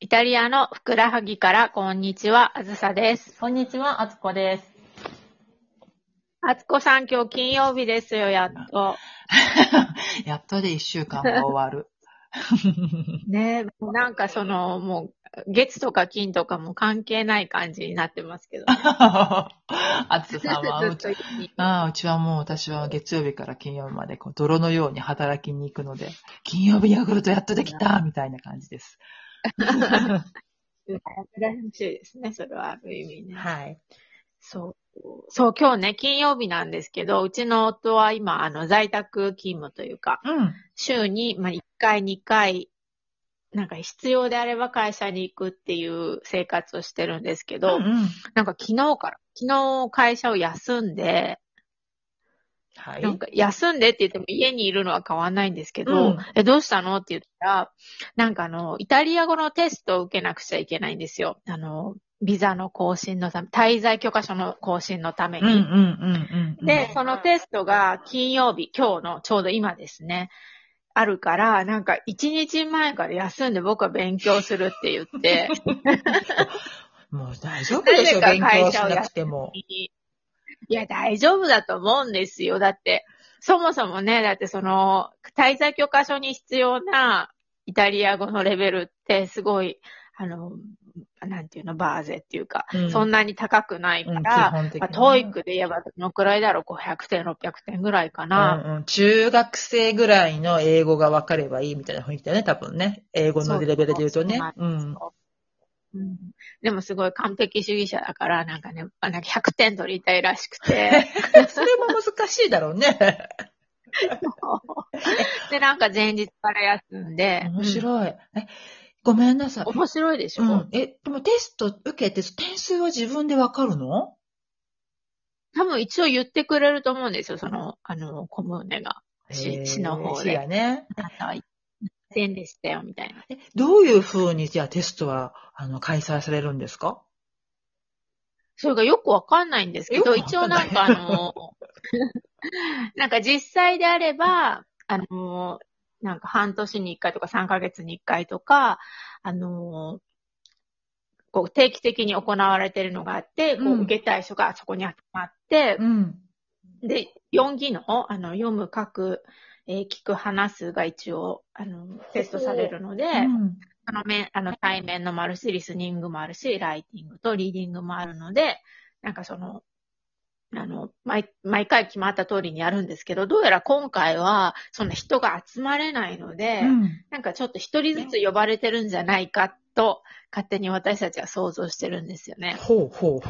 イタリアのふくらはぎからこんにちは、あずさです。こんにちは、あつこです。あつこさん、今日金曜日ですよ、やっと。やっとで一週間が終わる。ねもうなんかその、もう、月とか金とかも関係ない感じになってますけど。あつずさんは、うっちと一緒にああうちはもう私は月曜日から金曜日までこう泥のように働きに行くので、金曜日ヤクルトやっとできたみたいな感じです。羨ましいですね、それはある意味ね。はい。そう。そう、今日ね、金曜日なんですけど、うちの夫は今、あの、在宅勤務というか、うん。週に、まあ、1回、2回、なんか必要であれば会社に行くっていう生活をしてるんですけど、うんうんなんか昨日から、昨日会社を休んで、はなんか休んでって言っても家にいるのは変わんないんですけど、うんえ、どうしたのって言ったら、なんかあの、イタリア語のテストを受けなくちゃいけないんですよ。あの、ビザの更新のため、滞在許可書の更新のためうんうんに。うんうん。で、そのテストが金曜日、今日のちょうど今ですね、あるから、なんか一日前から休んで僕は勉強するって言って、もう大丈夫でしょ、誰勉か会強し社をなくても。いや、大丈夫だと思うんですよ。だって、そもそもね、だってその、滞在許可書に必要なイタリア語のレベルってすごい、あの、なんていうの、バーゼっていうか、うんそんなに高くないかうん基ら、本的まあ、に。トイックで言えばどのくらいだろう、500点、600点ぐらいかな。うんうん、中学生ぐらいの英語が分かればいいみたいな雰囲気だよね、多分ね。英語のレベルで言うとね。そうう。そうそうんうんでもすごい完璧主義者だから、なんかね、あなんか100点取りたいらしく て。それも難しいだ ろうね。で、なんか前日から休んで。面白い。え、ごめんなさい。面白いでしょ、うん、え、でもテスト受けて、点数は自分で分かるの多分一応言ってくれると思うんですよ、その、あの、コムーネが。しへー市の方で市やね。あんたは1点でしたよ、みたいな。え、どういう風に、じゃあテストは、あの、開催されるんですかそれがよくわかんないんですけど、よく一応わかんなないんかあの、なんか実際であれば、あの、なんか半年に1回とか3ヶ月に1回とか、あの、こう定期的に行われてるのがあって、こうんう受けたい人がそこに集まって、うん。で、4技能、あの、読む、書く、えー聞く、話すが一応、あの、テストされるので、うん。その面、あの、対面のもあるし、リスニングもあるし、ライティングとリーディングもあるので、なんかその、あの、毎、毎回決まった通りにやるんですけど、どうやら今回は、そんな人が集まれないので、うんなんかちょっと一人ずつ呼ばれてるんじゃないかと、勝手に私たちは想像してるんですよね。ほうほう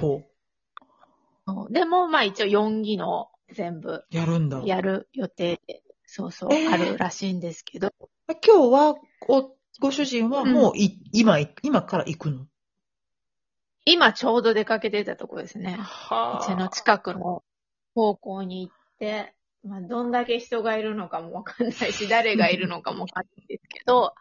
ほでも、まあ一応4技能全部う。やるんだ。やる予定で、そうそう、えーあるらしいんですけど。今日は、お、ご主人はもうい、今、今から行くの今ちょうど出かけてたとこですね。うはちの近くの方向に行って、まあ、どんだけ人がいるのかもわかんないし、誰がいるのかもわかんないですけ ど、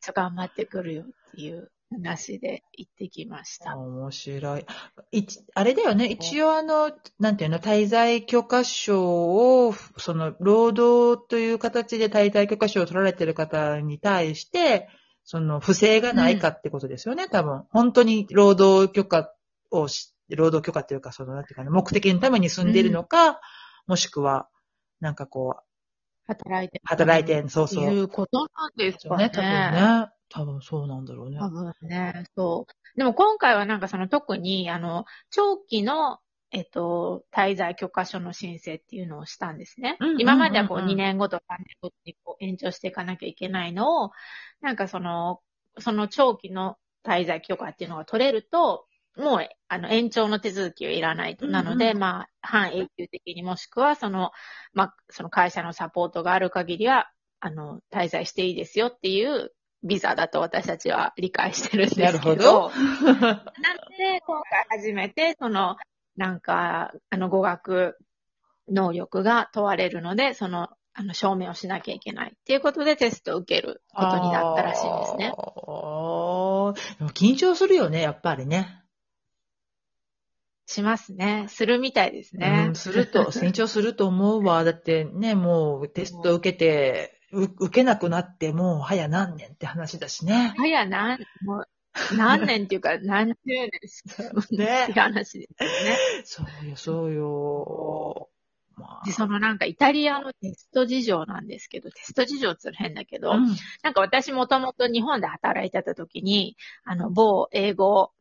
ちょっと頑張ってくるよっていう話で行ってきました。面白い。いちあれだよね、一応あの、なんていうの、滞在許可証を、その、労働という形で滞在許可証を取られてる方に対して、その、不正がないかってことですよね、多分。本当に労働許可をし、労働許可というか、その、なんていうかな、目的のために住んでいるのか、もしくは、なんかこう、働いてる働いて、そうとそう。いうことなんですそかうね、ね。多分ね。多分そうなんだろうね。多分ね、そう。でも今回はなんかその特に、あの、長期の、えっと、滞在許可書の申請っていうのをしたんですねうんうんうんう。ん今まではこう2年後とか3年後にこう延長していかなきゃいけないのを、なんかその、その長期の滞在許可っていうのが取れると、もう、あの、延長の手続きはいらないと。うんうんなので、まあ、半永久的にもしくは、その、まあ、その会社のサポートがある限りは、あの、滞在していいですよっていうビザだと私たちは理解してるんですけど。なるほどなので、今回初めて、その、なんか、あの、語学能力が問われるので、その、あの、証明をしなきゃいけないっていうことでテストを受けることになったらしいんですね。あー。でも緊張するよね、やっぱりね。しますね。するみたいですね。うん、すると、緊張すると思うわ。だってね、もうテスト受けて、う受けなくなってもう早何年って話だしね。はやなん、もう何年っていうか、何十 年しかねって話ですよね。そうよ、そうよ。まで、そのなんかイタリアのテスト事情なんですけど、テスト事情って言うの変だけど、うんなんか私もともと日本で働いてた時に、あの、某英語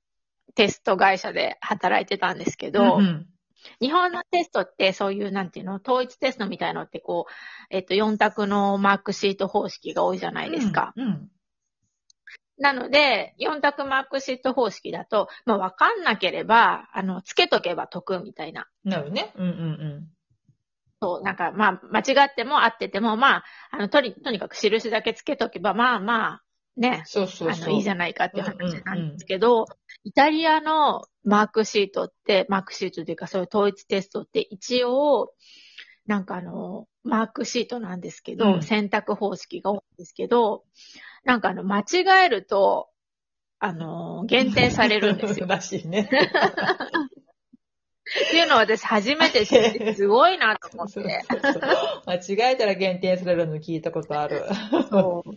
テスト会社で働いてたんですけど、うんうん日本のテストってそういうなんていうの、統一テストみたいのってこう、えっと、4択のマークシート方式が多いじゃないですか。うんうんなので、4択マークシート方式だと、まあ、わかんなければ、あの、つけとけば得みたいな。なるね。うんうんそう、なんか、まあ、間違っても合ってても、まあ、あの、とり、とにかく印だけつけとけば、まあまあ、うねん。、そうそうあそう。の、いいじゃゃないかっていう話なんですけど、イタリアのマークシートって、マークシートというかそういう統一テストって一応、なんかあの、マークシートなんですけど、うん。選択方式が多いんですけど、なんかあの、間違えると、あの、減点されるんですよ らしいね。っていうのを私初めて知 って、すごいなと 思っそうて。そうそう間違えたら減点されるの聞いたことある。そう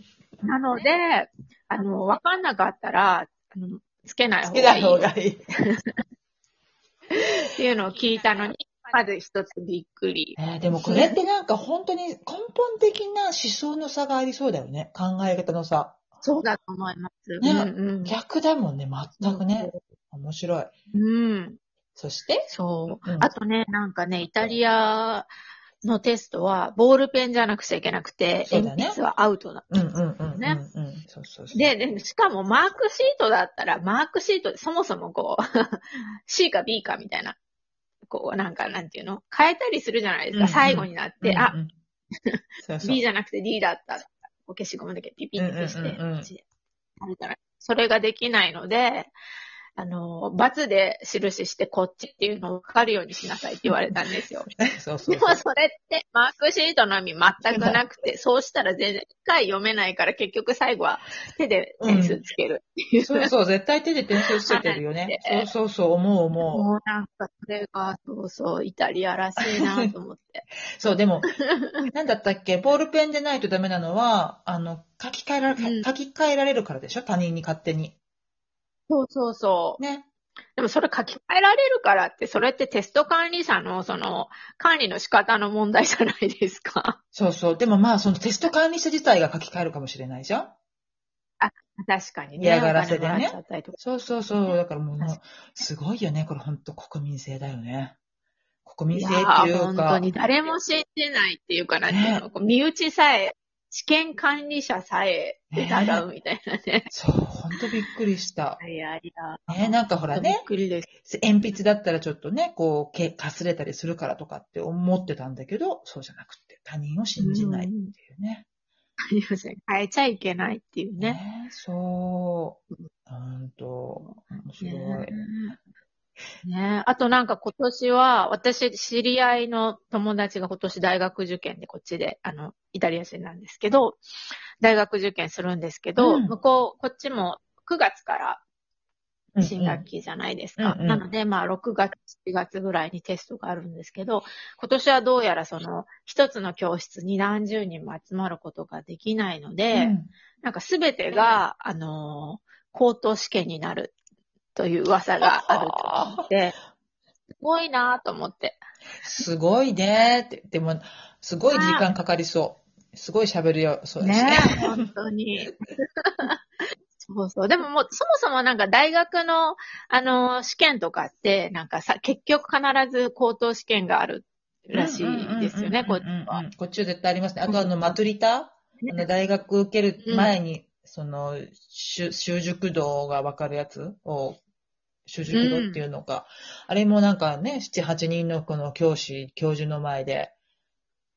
なので、あの、わかんなかったら、 あのつけない好方きがないい方がいい。っていうのを聞いたのに、まず一つびっくり。えーでもこれってなんか本当に根本的な思想の差がありそうだよね。考え方の差。そうだと思います。ねうん逆だもんね、全くね。面白い。うん。うん。そしてそうう。んあとね、なんかね、イタリアのテストは、ボールペンじゃなくちゃいけなくて、そうだね鉛筆はアウトだ。うんうんうんうん。ねうん。そうそうそう。で、でしかもマークシートだったら、マークシート、そもそもこう、C か B かみたいな、こう、なんか、なんていうの変えたりするじゃないですうんうか。ん最後になっうんうて、んあ、、そうそう B じゃなくて D だった。お消しゴムだけピピッとして、うんうんうんうんこっちで食べたらそれができないので、あの、罰で印してこっちっていうのを分かるようにしなさいって言われたんですよ。 そうそうでそもう。それってマークシートの意味全くなく て、そうしたら全然一回読めないから結局最後は手で点数つけるっていう。そうそう、絶対手で点数つけてるよね。そうそうそう、思う思 う。もうなんかそれが、そうそう、イタリアらしいなと思 って。そう、で も、なんだったっけ、ボールペンでないとダメなのは、あの、書き換えられ、うん書き換えられるからでしょ他人に勝手に。そうそうそう。ね。でもそれ書き換えられるからって、それってテスト管理者のその管理の仕方の問題じゃないですか。そうそう。でもまあ、そのテスト管理者自体が書き換えるかもしれないじゃん 確かにね。嫌がらせでねお金もらっちゃったりとかそうそうそう。だからもう確、すごいよね。これ本当国民性だよね。国い民や性っていー、う本か当、に誰も信じないっていうかなんていうの、こう身内さえ、試験管理者さえ疑うみたいなね。そう、本当びっくりした。いやいや。ね、なんかほらびっね、くりです。鉛筆だったらちょっとね、こう、けかすれたりするからとかって思ってたんだけど、そうじゃなくて、他人を信じないっていうね。要するに 変えちゃいけないっていうね。ねそう。本当面白い。ねねあとなんか今年は、私、知り合いの友達が今年大学受験でこっちで、あの、イタリア人なんですけど、大学受験するんですけど、うん向こう、こっちも9月からうん新学期じゃないですうか。んうんなので、まあ、6月、7月ぐらいにテストがあるんですけど、今年はどうやらその、一つの教室に何十人も集まることができないのうで、んなんかすべてが、あのー高等試験になるという噂があると思って、すごいなぁと思って。すごいねって。でも、すごい時間かかりそう。すごい喋るよ、そうだしねえ、本当に。そうそう。でももう、そもそもなんか大学の、あのー試験とかって、なんかさ、結局必ず高等試験があるらしいですよね、ここっっちちは。こっちは絶対ありますね。あと、あの、マトリタ、ねあの大学受ける前に、その、習習熟度がわかるやつを、習熟度っていうのか、あれもなんかね、7、8人のこの教師、教授の前で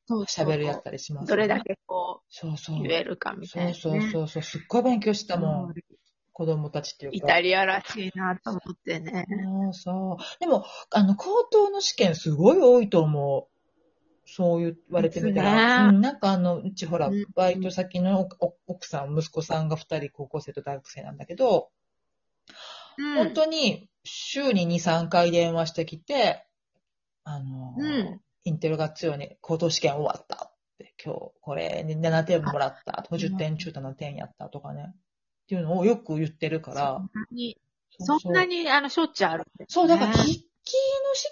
そうそう喋るやったりします、どれだけこ、そうそうう。言えるかみたいそな、うね。そうそうそう。すっごい勉強したもうんん。子供たちっていイうかタ。リアらしいなと思ってね。そうそう。でも、あの、高等の試験すごい多いと思う。そう言われてみたら。ですねうん、なんかあの、うちほらうん、バイト先のおお奥さん、息子さんが2人高校生と大学生なんだけど、うん本当に週に2、3回電話してきて、あの、うんインテルガッツ用に高等試験終わったって、今日これに7点もらった、うん50点中7点やったとかね。っていうのをよく言ってるから。にうそんなに、あの、しょっちゅうあるんですそう、だからね筆記の試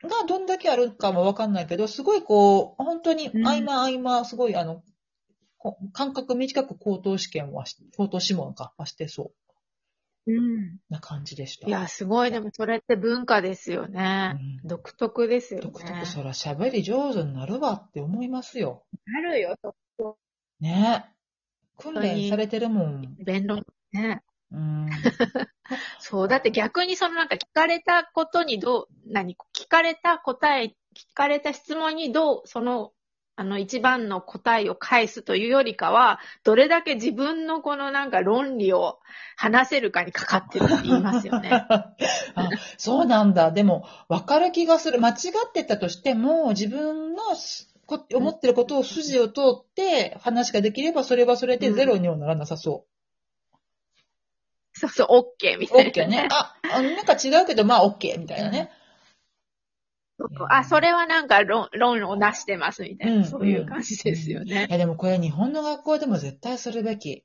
験がどんだけあるかもわかんないけど、すごいこう、本当にうん合間合間、すごいあの、こ間隔短く口頭試験はし、口頭試問か、はしてそうん。うな感じでした。いや、すごい。でも、それって文化ですよね。うん独特ですよね。独特、そら喋り上手になるわって思いますよ。なるよ、と。ね。訓当練にされてるもん。弁論。ね。うん。そう。だって逆にそのなんか聞かれたことにどう、何、聞かれた答え、聞かれた質問にどう、その、あの一番の答えを返すというよりかは、どれだけ自分のこのなんか論理を話せるかにかかってるって言いますよ ね。 あそうなんだ。でも、わかる気がする。間違ってたとしても、自分のすこ思ってることを筋を通って話ができれば、それはそれでゼロにはならなさそそうそう、オッケーみ う。オたいな。ッケーね。あ、あなんか違うけど、まあオッケーみたいなね。そうそうあ、それはなんか論論を出してますみたいな、うんそういう感じですよね。いや、でもこれ日本の学校でも絶対するべき。。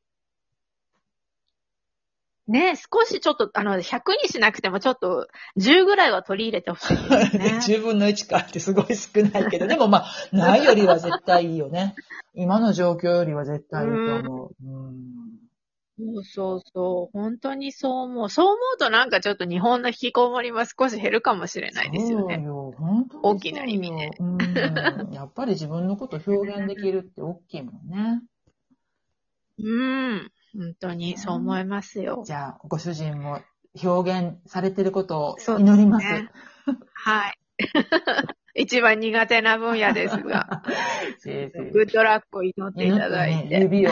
ね少しちょっと、あの、100にしなくてもちょっと、10ぐらいは取り入れてほしいですね10 分 の1かってすごい少ないけど、でもまあ、ないよりは絶対いいよね。今の状況よりは絶対いいと思う。うんそうそうそう。本当にそう思う。そう思うとなんかちょっと日本の引きこもりも少し減るかもしれないですよそうね。よ本当に大きな意味ねそうよ。うん。やっぱり自分のこと表現できるって大きいもんね。うん。本当にそう思いますよ。じゃあ、ご主人も表現されてることをそう祈ります。ねはい。 一番苦手 な分野ですが、せいせいグッドラックを祈っていただいて。祈ってね指を